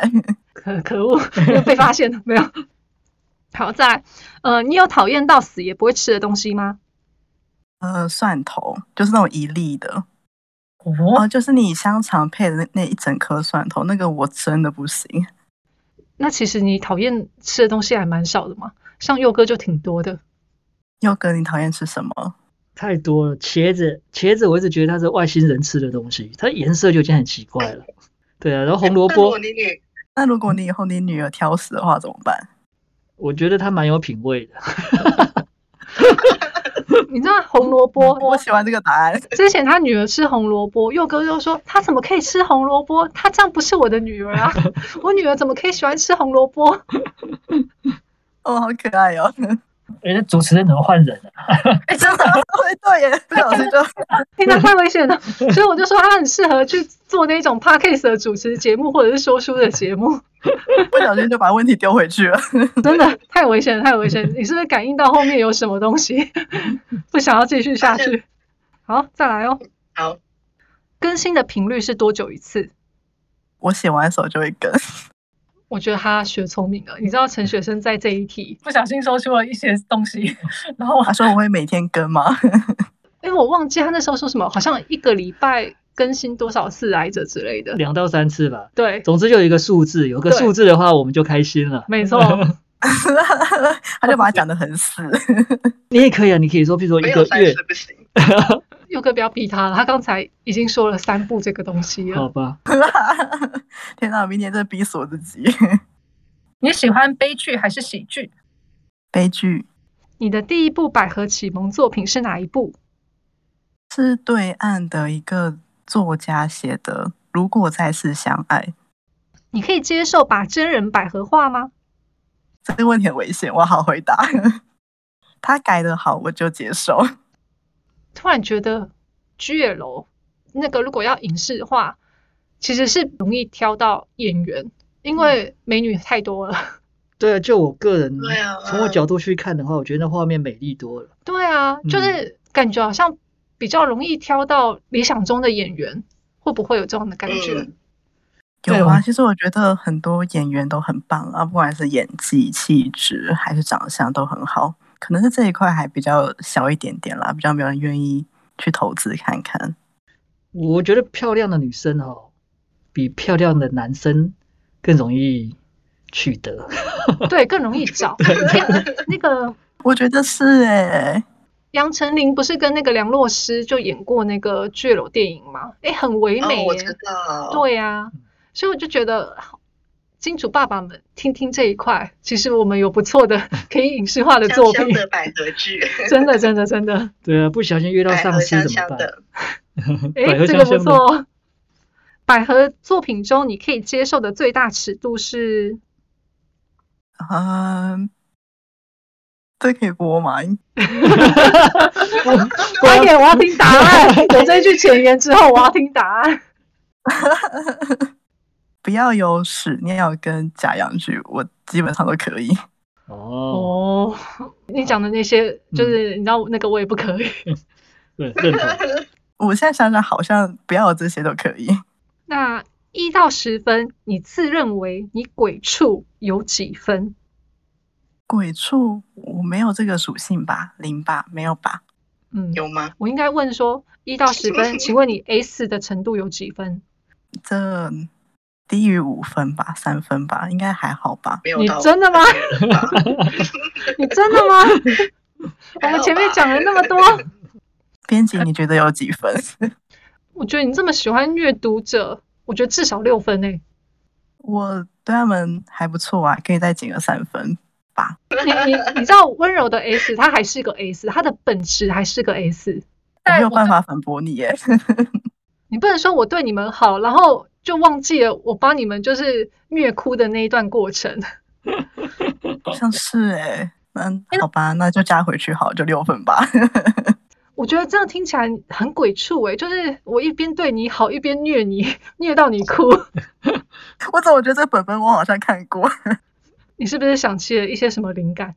Speaker 1: 可可恶，又被发现了没有？好，再来，呃，你有讨厌到死也不会吃的东西吗？
Speaker 4: 呃，蒜头就是那种一粒的，
Speaker 2: 哦，
Speaker 4: 哦，就是你香肠配的那那一整颗蒜头，那个我真的不行。
Speaker 1: 那其实你讨厌吃的东西还蛮少的嘛，像佑哥就挺多的。
Speaker 4: 佑哥，你讨厌吃什么？
Speaker 3: 太多了。茄子，茄子，我一直觉得它是外星人吃的东西，它颜色就已经很奇怪了。对啊，然后红萝
Speaker 7: 那如果
Speaker 3: 卜，
Speaker 7: 你女
Speaker 4: 那如果你以后你女儿挑食的话怎么办？
Speaker 3: 我觉得它蛮有品味的。
Speaker 1: 你知道红萝卜，
Speaker 2: 我喜欢这个答案，
Speaker 1: 之前他女儿吃红萝卜，佑哥就说他怎么可以吃红萝卜？他这样不是我的女儿啊！ 我女儿怎么可以喜欢吃红萝卜？
Speaker 2: 哦，好可爱哦！
Speaker 8: 哎，这主持人怎么换人了、啊？
Speaker 5: 哎，真的，
Speaker 2: 对对耶，这老师就
Speaker 1: 天哪，太危险 了！所以我就说他很适合去做那种 podcast 的主持节目，或者是说书的节 目。
Speaker 2: 不小心就把问题丢回去了。
Speaker 1: 真的太危险了，太危险了！ 你是不是感应到后面有什么东西，不想要继续下 去？好，再来哦。
Speaker 4: 好，
Speaker 1: 更新的频率是多久一次？
Speaker 2: 我写完手就会跟，
Speaker 1: 我觉得他学聪明了。你知道陈学生在这一题，
Speaker 5: 不小心说出了一些东西，然后
Speaker 2: 他说我会每天跟吗？
Speaker 1: 哎、我忘记他那时候说什么，好像一个礼拜更新多少次来着之类的。
Speaker 3: 两到三次吧。
Speaker 1: 对，
Speaker 3: 总之就有一个数字，有个
Speaker 1: 对
Speaker 3: 数字的话，我们就开心了。
Speaker 1: 没错。
Speaker 2: 他就把它讲的很死，
Speaker 3: 你也可以啊，你可以说，譬如说
Speaker 4: 没
Speaker 3: 一
Speaker 4: 有
Speaker 3: 个
Speaker 4: 三
Speaker 3: 月，
Speaker 4: 次不行。
Speaker 1: 佑哥不要逼他了，他刚才已经说了三步这个东西
Speaker 3: 好
Speaker 1: 了。
Speaker 3: 吧？
Speaker 2: 天哪，我明年真的逼死我自己。
Speaker 5: 你喜欢悲剧还是喜剧？
Speaker 2: 悲剧
Speaker 1: 你的第一部百合启蒙作品是哪一部？
Speaker 2: 是对岸的一个作家写的，《如果再次相爱》。
Speaker 1: 你可以接受把真人百合化吗？
Speaker 2: 这个问题很危险，我好回答。 他改的好，我就接受。
Speaker 1: 突然觉得 GL 那个如果要影视化，其实是容易挑到演员，因为美女太多了。
Speaker 3: 对啊，就我个人
Speaker 4: 对啊，
Speaker 3: 从我角度去看的话，我觉得那画面美丽多了。
Speaker 1: 对啊，
Speaker 3: 嗯
Speaker 1: 就是感觉好像比较容易挑到理想中的演员，会不会有这样的感觉？
Speaker 4: 嗯
Speaker 8: 对
Speaker 2: 有啊，
Speaker 8: 我
Speaker 2: 其实我觉得很多演员都很棒啊，不管是演技、气质还是长相都很好。可能是这一块还比较小一点点啦，比较没有人愿意去投资看看。
Speaker 3: 我觉得漂亮的女生哦，比漂亮的男生更容易取得。
Speaker 4: 嗯
Speaker 1: 对，更容易 找。哎那个
Speaker 2: 我觉得是哎、
Speaker 1: 杨丞琳不是跟那个梁洛施就演过那个 GL 电影吗？哎，很唯
Speaker 4: 哦
Speaker 1: 美、耶。
Speaker 4: 我知道。，
Speaker 1: 对呀、
Speaker 3: 嗯
Speaker 1: 所以我就觉得金主爸爸们听听这一块，其实我们有不错 的可以影视化的作
Speaker 4: 香香
Speaker 1: 品，
Speaker 4: 的百合剧，
Speaker 1: 真的真的真的，
Speaker 3: 对啊，不小心遇到
Speaker 4: 百
Speaker 3: 上
Speaker 4: 合
Speaker 3: 司
Speaker 4: 香
Speaker 3: 怎么
Speaker 4: 香
Speaker 3: 办？
Speaker 4: 的，
Speaker 3: 百合
Speaker 1: 哎，这个不
Speaker 3: 香香的
Speaker 1: 错哦。百合作品中，你可以接受的最大尺度是
Speaker 2: 嗯，这可以播吗？
Speaker 1: 快点，我要听答案。 有这句前言之后，我要听答案。
Speaker 2: 不要有屎尿跟假洋剧，我基本上都可以。
Speaker 3: 哦，
Speaker 1: 哦，你讲的那些，
Speaker 2: 嗯
Speaker 1: 就是你知道那个我也不可以。
Speaker 3: 对，认同。
Speaker 2: 我现在想想，好像不要有这些都可以。
Speaker 1: 那一到十分，你自认为你鬼畜有几分？
Speaker 2: 鬼畜我没有这个属性吧，零吧，没有吧？
Speaker 1: 嗯，
Speaker 4: 有吗？
Speaker 1: 我应该问说，一到十 分，请问你 S 的程度有几分？
Speaker 2: 这低于五分吧，三分吧，应该还好吧？
Speaker 4: 没有
Speaker 1: 你
Speaker 4: 到
Speaker 1: 真的吗？
Speaker 4: 人吧
Speaker 1: 你真的吗？ 我们前面讲了那么多，
Speaker 2: 编
Speaker 5: 呃
Speaker 2: 辑你觉得有几分？
Speaker 1: 我觉得你这么喜欢阅读者，我觉得至少六分欸诶、
Speaker 2: 我对他们还不错啊，可以再减个三分。
Speaker 1: 你你你知道温柔的 S，它还是个 S，它的本质还是个 S。
Speaker 2: 我
Speaker 5: 但
Speaker 2: 没有
Speaker 5: 我
Speaker 2: 办
Speaker 5: 对
Speaker 2: 法反驳你耶，
Speaker 1: 你不能说我对你们好，然后就忘记了我帮你们就是虐哭的那一段过程。
Speaker 2: 好 像是哎。嗯，好吧，那就加回去好，就六分吧。
Speaker 1: 我觉得这样听起来很鬼畜诶、就是我一边对你好，一边虐你，虐到你哭。
Speaker 2: 我怎么觉得这本本我好像看过？
Speaker 1: 你是不是想起了一些什么灵感？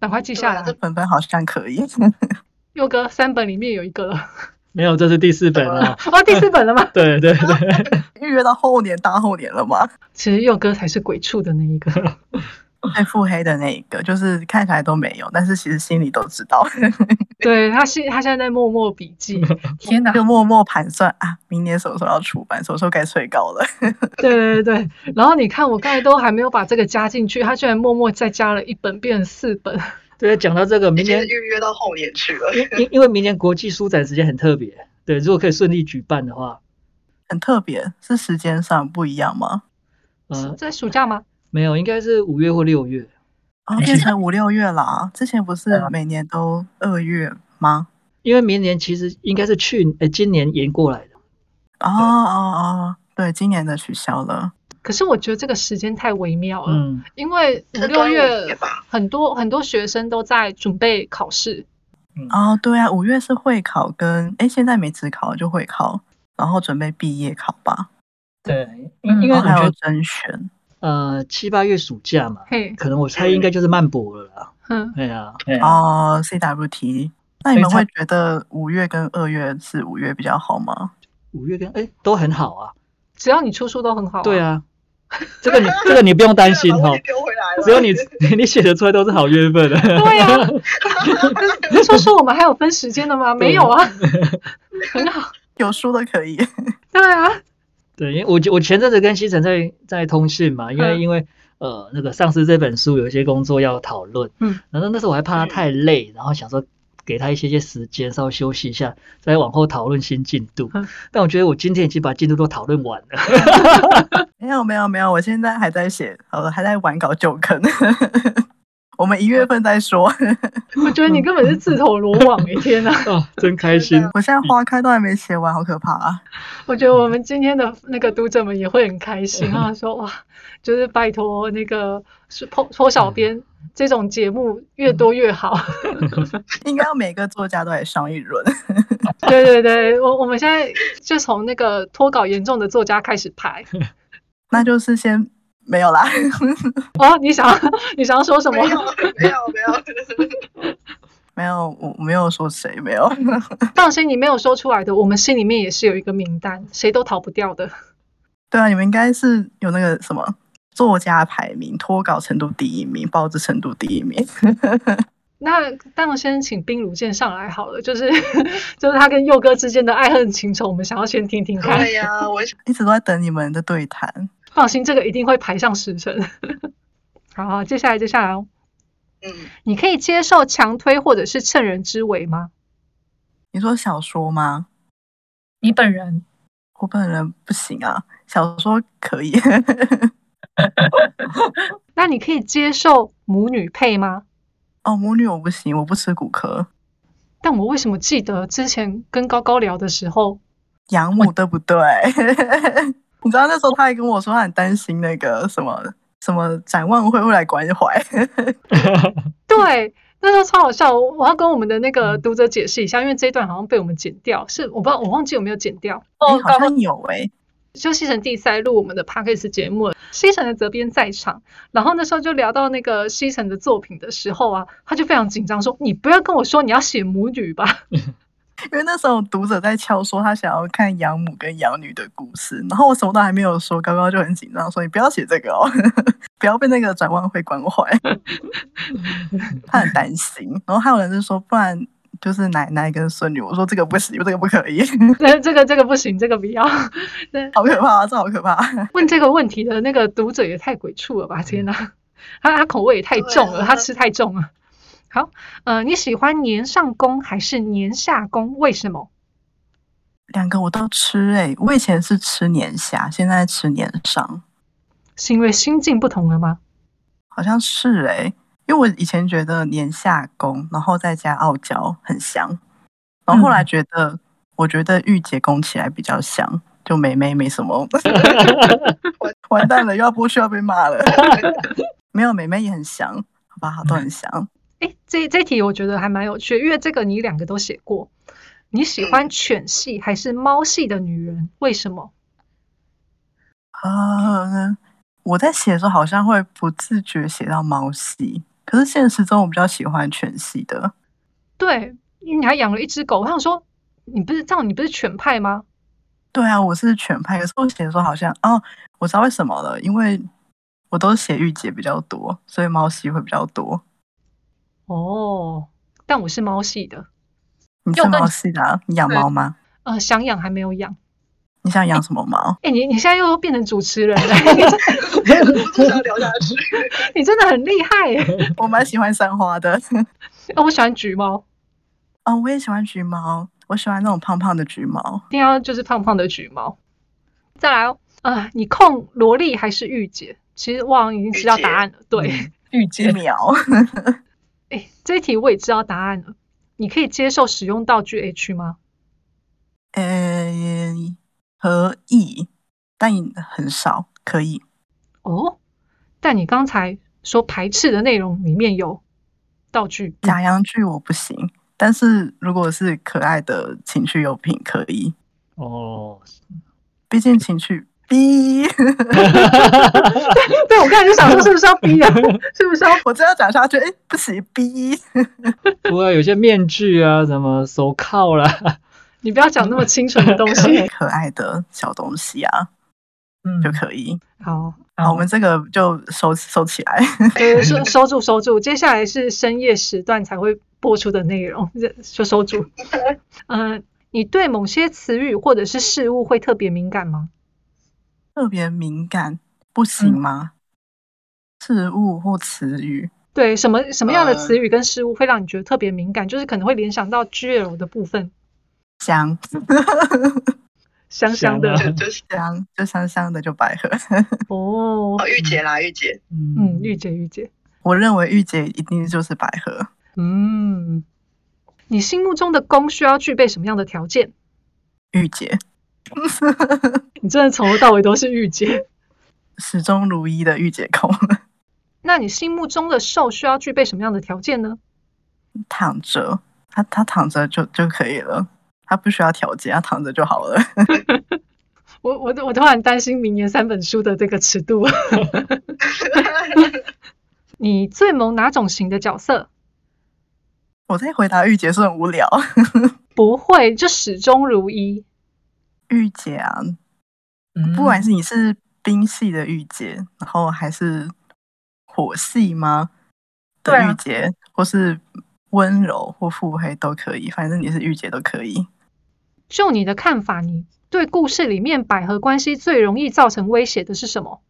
Speaker 1: 赶快记下来
Speaker 4: 对啊。
Speaker 2: 本本好像可以。
Speaker 1: 佑哥三本里面有一个了，
Speaker 3: 没有，这是第四本了。
Speaker 1: 哦，第四本了吗？
Speaker 3: 对对对，
Speaker 2: 预约到后年大后年了吗？
Speaker 1: 其实佑哥才是鬼畜的那一个。
Speaker 2: 最腹黑的那一个，就是看起来都没有，但是其实心里都知道，
Speaker 1: 对，他现他现在在默默笔记。
Speaker 5: 天哪，
Speaker 2: 就默默盘算啊，明年什么时候要出版，什么时候该催 稿了。
Speaker 1: 对对对，然后你看，我刚才都还没有把这个加进去，他居然默默再加了一本，变成四本。
Speaker 3: 对，讲到这个，
Speaker 4: 已
Speaker 3: 明
Speaker 4: 经
Speaker 8: 哎
Speaker 3: 年
Speaker 4: 是预约到后年去了。
Speaker 3: 因因因为明年国际书展时间很特别，对，如果可以顺利举办的话，
Speaker 2: 很特别，是时间上不一样吗？
Speaker 1: 是
Speaker 4: 嗯
Speaker 3: 呃，
Speaker 1: 在暑假吗？
Speaker 3: 没有，应该是五月或六月。
Speaker 2: 啊哦，变成五六月啦。之前不是每年都二月吗？
Speaker 3: 因为明年其实应该是去呃今年延过来的，
Speaker 2: 哦哦哦，对，今年的取消了，
Speaker 1: 可是我觉得这个时间太微妙了，
Speaker 8: 嗯，
Speaker 1: 因为五
Speaker 4: 是
Speaker 1: 六
Speaker 4: 端午节
Speaker 1: 月
Speaker 4: 吧
Speaker 1: 很多很多学生都在准备考试，
Speaker 2: 哦，对啊，五月是会考跟哎，现在没职考就会考，然后准备毕业考吧，
Speaker 8: 对，因因为
Speaker 2: 然
Speaker 8: 嗯哦我
Speaker 2: 后还
Speaker 8: 觉
Speaker 2: 有
Speaker 8: 得
Speaker 2: 甄选，
Speaker 3: 嗯呃七八月暑假嘛，
Speaker 1: 嘿，
Speaker 3: 可能我猜应该就是曼博了啦。
Speaker 1: 哼，
Speaker 3: 对啊，
Speaker 8: 对啊
Speaker 2: 哦，CWT。那你
Speaker 8: 所以
Speaker 2: 们
Speaker 8: 它
Speaker 2: 会觉得五月跟二月是五月比较好吗？
Speaker 3: 五月跟哎、都很好啊。
Speaker 1: 只要你出书都很好、
Speaker 3: 对，
Speaker 8: 哦
Speaker 3: 啊，这个你这个你不用 担心哦
Speaker 4: 把
Speaker 3: 哈
Speaker 4: 问题，丢回来 了，
Speaker 3: 只有你 你写得出来都是好月份的。
Speaker 1: 对啊，你说说我们还有分时间的吗？没有啊，很好，
Speaker 2: 有书的可以，
Speaker 1: 对啊，
Speaker 3: 对，因为我我前阵子跟西城在在通讯嘛，因为、
Speaker 1: 嗯
Speaker 3: 因为呃那个上次这本书有一些工作要讨论，
Speaker 1: 嗯，
Speaker 3: 然后那时候我还怕他太累，然后想说给他一些些时间稍微休息一下，再往后讨论新进度。
Speaker 1: 嗯
Speaker 3: 但我觉得我今天已经把进度都讨论完了，
Speaker 2: 没有没有没有，我现在还在写，呃，还在玩搞旧坑。 我们一月份再说，
Speaker 1: 我觉得你根本是自投罗网，哎天 哪！
Speaker 3: 啊，真开心。
Speaker 2: 我现在花开都还没写完，好可怕啊！
Speaker 1: 我觉得我们今天的那个读者们也会很开心啊，说哇，就是拜托那个是破破小编这种节目越多越好。
Speaker 2: 应该要每个作家都来上一轮。
Speaker 1: 对对对，我我们现在就从那个脱稿严重的作家开始 排。
Speaker 2: 那就是先没有啦。
Speaker 1: 哦，你想要 你想要说什
Speaker 4: 没 有
Speaker 1: 么？
Speaker 4: 没有 没有，
Speaker 2: 没有，我我没有说谁没有。
Speaker 1: 放心，你没有说出来的，我们心里面也是有一个名单，谁都逃不掉的。
Speaker 2: 对啊，你们应该是有那个什么作家排名，脱稿程度第一名，报纸程度第一名。
Speaker 1: 那当然，先请冰如剑上来好了，就是 就是他跟佑哥之间的爱恨情仇，我们想要先听听看。
Speaker 2: 哎
Speaker 4: 对呀，我
Speaker 2: 一直都在等你们的对谈。
Speaker 1: 放心，这个一定会排上时辰。 好好，接下来接下来哦，
Speaker 4: 嗯，
Speaker 1: 你可以接受强推或者是趁人之危吗？
Speaker 2: 你说小说吗？
Speaker 5: 你本人
Speaker 2: 我本人不行啊，小说可以。
Speaker 1: 那你可以接受母女配吗？
Speaker 2: 哦，母女我不行，我不吃骨科。
Speaker 1: 但我为什么记得之前跟高高聊的时候，
Speaker 2: 养母对不对？ 你知道那时候他还跟我说，他很担心那个什么什么展望会不会来关怀。
Speaker 1: 对，那时候超好笑。我我要跟我们的那个读者解释一下，因为这一段好像被我们剪掉，是我不知道我忘记有没有剪掉。
Speaker 5: 哦，
Speaker 2: 诶好
Speaker 5: 刚刚
Speaker 2: 像有哎、
Speaker 1: 就西城第三录我们的 podcast 节目了，西城的责编在场，然后那时候就聊到那个西城的作品的时候啊，他就非常紧张说：“你不要跟我说你要写母女吧。”
Speaker 2: 因为那时候读者在敲说他想要看养母跟养女的故事，然后我什么都还没有说，高高就很紧张说：“你不要写这个哦， 不要被那个展望会关怀。”他很担心，然后还有人就说：“不然就是奶奶跟孙女。”我说：“这个不行，这个不可以，
Speaker 1: 这这个这个不行，这个不要。
Speaker 2: 好可怕，这好可怕。
Speaker 1: 问这个问题的那个读者也太鬼畜了吧！天哪，他他口味也太重
Speaker 4: 嗯对
Speaker 1: 了，
Speaker 4: 啊
Speaker 1: 他吃太重了。好，呃，你喜欢年上宫还是年下宫？为什么？”
Speaker 2: 两个我都吃哎、我以前是吃年下，现在吃年上，
Speaker 1: 是因为心境不同了吗？
Speaker 2: 好像是哎、因为我以前觉得年下宫，然后再加傲娇很香，然后后来觉得，我觉得御姐宫起来比较香，就美眉没什 么。 完蛋了，又要剥去要被骂 了。没有美眉也很香，好吧，都很香。
Speaker 1: 诶，这这题我觉得还蛮有趣，因为这个你两个都写过。你喜欢犬系还是猫系的女人？为什么？
Speaker 2: 呃，我在写的时候好像会不自觉写到猫系，可是现实中我比较喜欢犬系的。
Speaker 1: 对，因为你还养了一只狗。我想说，你不是这样，你不是犬派吗？
Speaker 2: 对啊，我是犬派，可是我写的时候好像哦，我知道为什么了，因为我都写御姐比较多，所以猫系会比较多。
Speaker 1: 哦，但我是猫系的，
Speaker 2: 你
Speaker 5: 又
Speaker 2: 是
Speaker 5: 更
Speaker 2: 猫系的、啊，你养猫吗？
Speaker 1: 呃，想养还没有养。
Speaker 2: 你想养什么猫？
Speaker 1: 哎、你你现在又变成主持人了，你真
Speaker 4: 我不想聊下去，
Speaker 1: 你真的很厉害耶、
Speaker 2: 我蛮喜欢三花的，
Speaker 1: 哦，我喜欢橘猫，
Speaker 2: 哦，我也喜欢橘猫，我喜欢那种胖胖的橘猫
Speaker 1: 一。定要就是胖胖的橘猫。再来哦，啊、你控萝莉还是御姐？其实我好像已经知道 答案了。对，哎、
Speaker 5: 御
Speaker 2: 一
Speaker 5: 姐
Speaker 2: 秒，
Speaker 1: 这一题我也知道答案了。你可以接受使用道具 H 吗？
Speaker 2: 呃，可以，但很少，可以。
Speaker 1: 哦，但你刚才说排斥的内容里面有道具，
Speaker 2: 假洋剧我不行，但是如果是可爱的情趣用品可以，
Speaker 3: 哦，
Speaker 2: 毕竟情趣 B，
Speaker 1: 对我刚才就想说是不是要逼啊？ 是不是要？
Speaker 2: 我这样讲下去，哎，不行 B，
Speaker 3: 不过有些面具啊，什么手铐啦，
Speaker 1: 你不要讲那么清纯的东
Speaker 2: 可
Speaker 1: 西。
Speaker 2: 可爱的小东西啊
Speaker 8: 嗯
Speaker 2: 就可以。
Speaker 1: 好，
Speaker 2: 好，我们这个就收收起来。
Speaker 1: 就是收收住收住，接下来是深夜时段才会播出的内容，就收住。嗯、你对某些词语或者是事物会特别敏感吗？
Speaker 2: 特别敏感不行吗？事物或词语，
Speaker 1: 对，什么什么样的
Speaker 4: 呃
Speaker 1: 词语跟事物会让你觉得特别敏感？就是可能会联想到 GL 的部分，
Speaker 2: 香
Speaker 1: 香香的
Speaker 3: 香啊
Speaker 4: 就就是
Speaker 2: 香就香香的就百合。
Speaker 1: 哦。
Speaker 4: 哦，御姐啦，御姐，
Speaker 1: 嗯，御姐御姐，
Speaker 2: 我认为御姐一定就是百合，
Speaker 1: 嗯，你心目中的攻需要具备什么样的条件？
Speaker 2: 御姐
Speaker 1: 你真的从头到尾都是御姐。
Speaker 2: 始终如一的御姐控，
Speaker 1: 那你心目中的受需要具备什么样的条件呢？
Speaker 2: 躺着，她她躺着就就可以了，她不需要调节，她躺着就好了。
Speaker 1: 我我我突然担心明年三本书的这个尺度。你最萌哪种型的角色？
Speaker 2: 我在回答御姐是很无聊，
Speaker 1: 不会，就始终如一。
Speaker 2: 御姐啊，
Speaker 8: 嗯
Speaker 2: 不管是你是冰系的御姐，然后还是火系吗的
Speaker 5: 对啊
Speaker 2: 御姐，或是温柔或腹黑都可以，反正你是御姐都可以。
Speaker 1: 就你的看法，你对故事里面百合关系最容易造成威胁的是什么？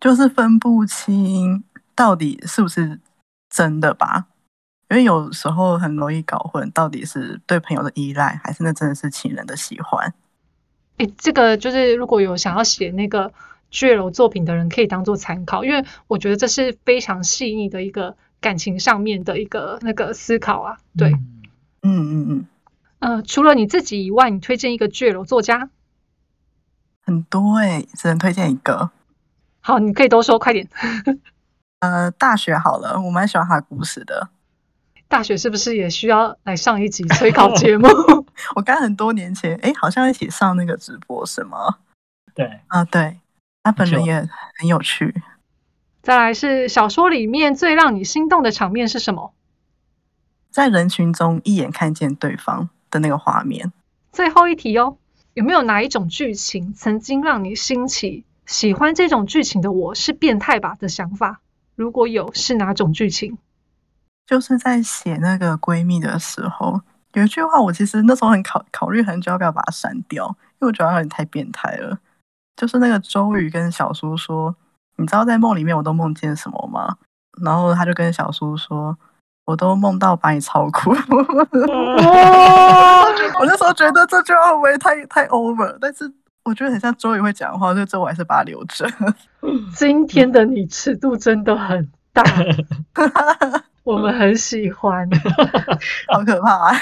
Speaker 2: 就是分不清到底是不是真的吧，因为有时候很容易搞混，到底是对朋友的依赖，还是那真的是情人的喜欢。
Speaker 1: 诶，这个就是如果有想要写那个 GL 作品的人，可以当做参考，因为我觉得这是非常细腻的一个感情上面的一个那个思考啊。对，
Speaker 8: 嗯
Speaker 2: 嗯嗯嗯，
Speaker 1: 呃，除了你自己以外，你推荐一个 GL 作家？
Speaker 2: 很多哎、只能推荐一个。
Speaker 1: 好，你可以都说，快点。
Speaker 2: 呃，大学好了，我蛮喜欢他的故事的。
Speaker 1: 大学是不是也需要来上一集催稿节目？
Speaker 2: 我刚很多年前，哎，好像一起上那个直播是吗？
Speaker 8: 对，
Speaker 2: 啊，对，他本人
Speaker 8: 就
Speaker 2: 也很有趣。
Speaker 1: 再来是小说里面最让你心动的场面是什么？
Speaker 2: 在人群中一眼看见对方的那个画面，
Speaker 1: 最后一题哦，有没有哪一种剧情曾经让你兴起喜欢这种剧情的我是变态吧的想法？如果有，是哪种剧情？
Speaker 2: 就是在写那个闺蜜的时候，有一句话我其实那时候很考考虑很久要不要把它删掉，因为我觉得它有点太变态了。就是那个周瑜跟小苏说：“你知道在梦里面我都梦见什么吗？”然后他就跟小苏说：“我都梦到把你操哭。” 我那时候觉得这句话会不会太太 over？但是我觉得很像周瑜会讲的话，所以这我还是把它留着。
Speaker 1: 今天的你尺度真的很大，我们很喜欢。
Speaker 2: 好可怕、啊！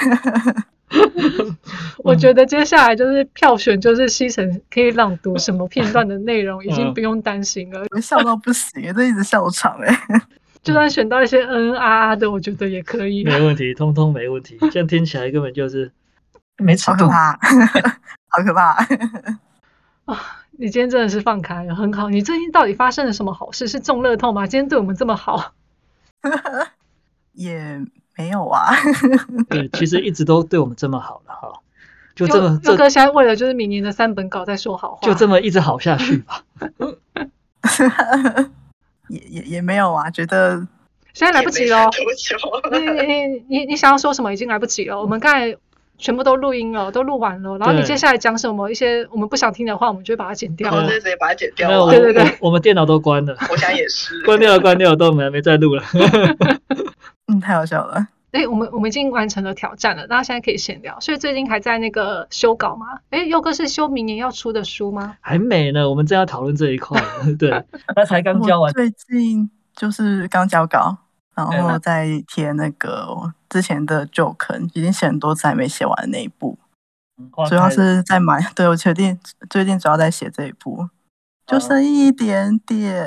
Speaker 1: 我
Speaker 3: 嗯
Speaker 1: 觉得接下来就是票选，就是西城可以朗读什么片段的内容，已
Speaker 3: 嗯
Speaker 1: 经不用担心了。
Speaker 2: 我笑到不行，这一直笑场哎、
Speaker 1: 就算选到一些嗯啊啊的，我觉得也可以。
Speaker 3: 没问题，通通没问题。这样听起来根本就是
Speaker 8: 没尺
Speaker 2: 好可
Speaker 8: 度，
Speaker 2: 怕， 好可怕！
Speaker 1: 你今天真的是放开了，很好。你最近到底发生了什么好事？是中乐透吗？今天对我们这么好，
Speaker 2: 也没有啊，
Speaker 3: 对，其实一直都对我们这么好了哈，就这么
Speaker 1: 就
Speaker 3: 这
Speaker 1: 六哥现在为了就是明年的三本稿在说好话，
Speaker 3: 就这么一直好下去吧。
Speaker 2: 也也也没有啊，觉得
Speaker 1: 现在来不及了。哦
Speaker 4: 也没想多久，
Speaker 1: 你你你你想要说什么已经来不及了，我们刚才全部都录音了，都录完了。然后你
Speaker 3: 对
Speaker 1: 接下来讲什么一些我们不想听的话，我们就会把它剪掉
Speaker 4: 然。后
Speaker 3: 对
Speaker 4: 直接把 它剪掉
Speaker 3: 那我
Speaker 4: 了。
Speaker 1: 啊对对对
Speaker 3: 我我们电脑都 关了，
Speaker 4: 我想也是。
Speaker 3: 关掉了，关掉了，都没没再录了。
Speaker 2: 嗯太好笑了。
Speaker 1: 哎，我们我们已经完成了挑战了，那现在可以闲聊。所以最近还在那个修稿吗？哎，佑哥是修明年要出的书吗？
Speaker 3: 还没呢，我们 正要讨论这一块。对，
Speaker 8: 那才刚教
Speaker 2: 我
Speaker 8: 完，
Speaker 2: 最近就是刚交稿，然
Speaker 8: 对
Speaker 2: 后再贴那个之前的旧坑，已经写很多次还没写完的那一部，
Speaker 3: 嗯
Speaker 8: 花
Speaker 2: 主要
Speaker 8: 开了
Speaker 2: 是在买。哦 对我确定最近主要在写这一部，就剩一点点。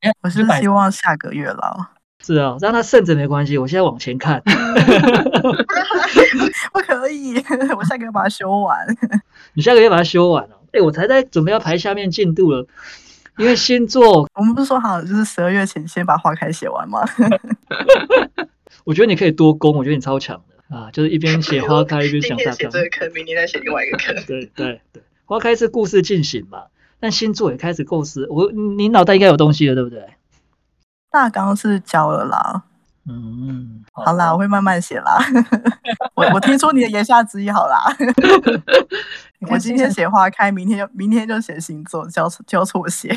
Speaker 8: 哎你
Speaker 2: 我是
Speaker 8: 买
Speaker 2: 希望下个月啦，
Speaker 3: 是啊，让它剩着没关系。我现在往前看，
Speaker 2: 不可以， 我下个月把它修完。
Speaker 3: 你下个月把它修完了、哎，我才在准备要排下面进度了，因为星座，
Speaker 2: 我们不是说好就是十二月前先把花开写完吗？
Speaker 3: 我觉得你可以多攻，我觉得你超强的啊，就是一边写花开一边
Speaker 4: 今
Speaker 3: 想
Speaker 4: 天
Speaker 3: 大
Speaker 4: 写
Speaker 3: 纲
Speaker 4: 这。个坑，明天再写另外一个坑。
Speaker 3: 对对对，花开是故事进行嘛，但星座也开始构思。我你脑袋应该有东西了，对不对？
Speaker 2: 大纲是交了啦，
Speaker 3: 嗯，
Speaker 2: 好啦，我会慢慢写啦。 我我听出你的言下之意，好啦。我今天写花开，明天就明天就写星座，交错交错写。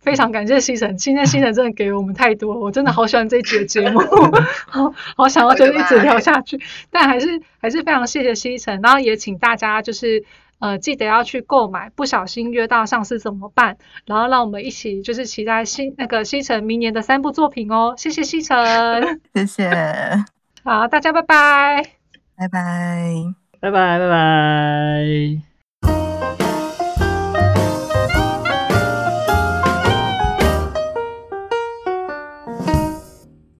Speaker 1: 非常感谢西城，今天西城真的给我们太多了，我真的好喜欢这一集的节目， 好好想要就是一直聊下去，但还是还是非常谢谢西城，然后也请大家就是呃记得要去购买，不小心约到上司怎么办？然后让我们一起就是期待西那个西城明年的三部作品哦，谢谢西城，
Speaker 2: 谢谢，
Speaker 1: 好，大家拜拜。
Speaker 2: 拜拜。
Speaker 3: 拜拜拜拜。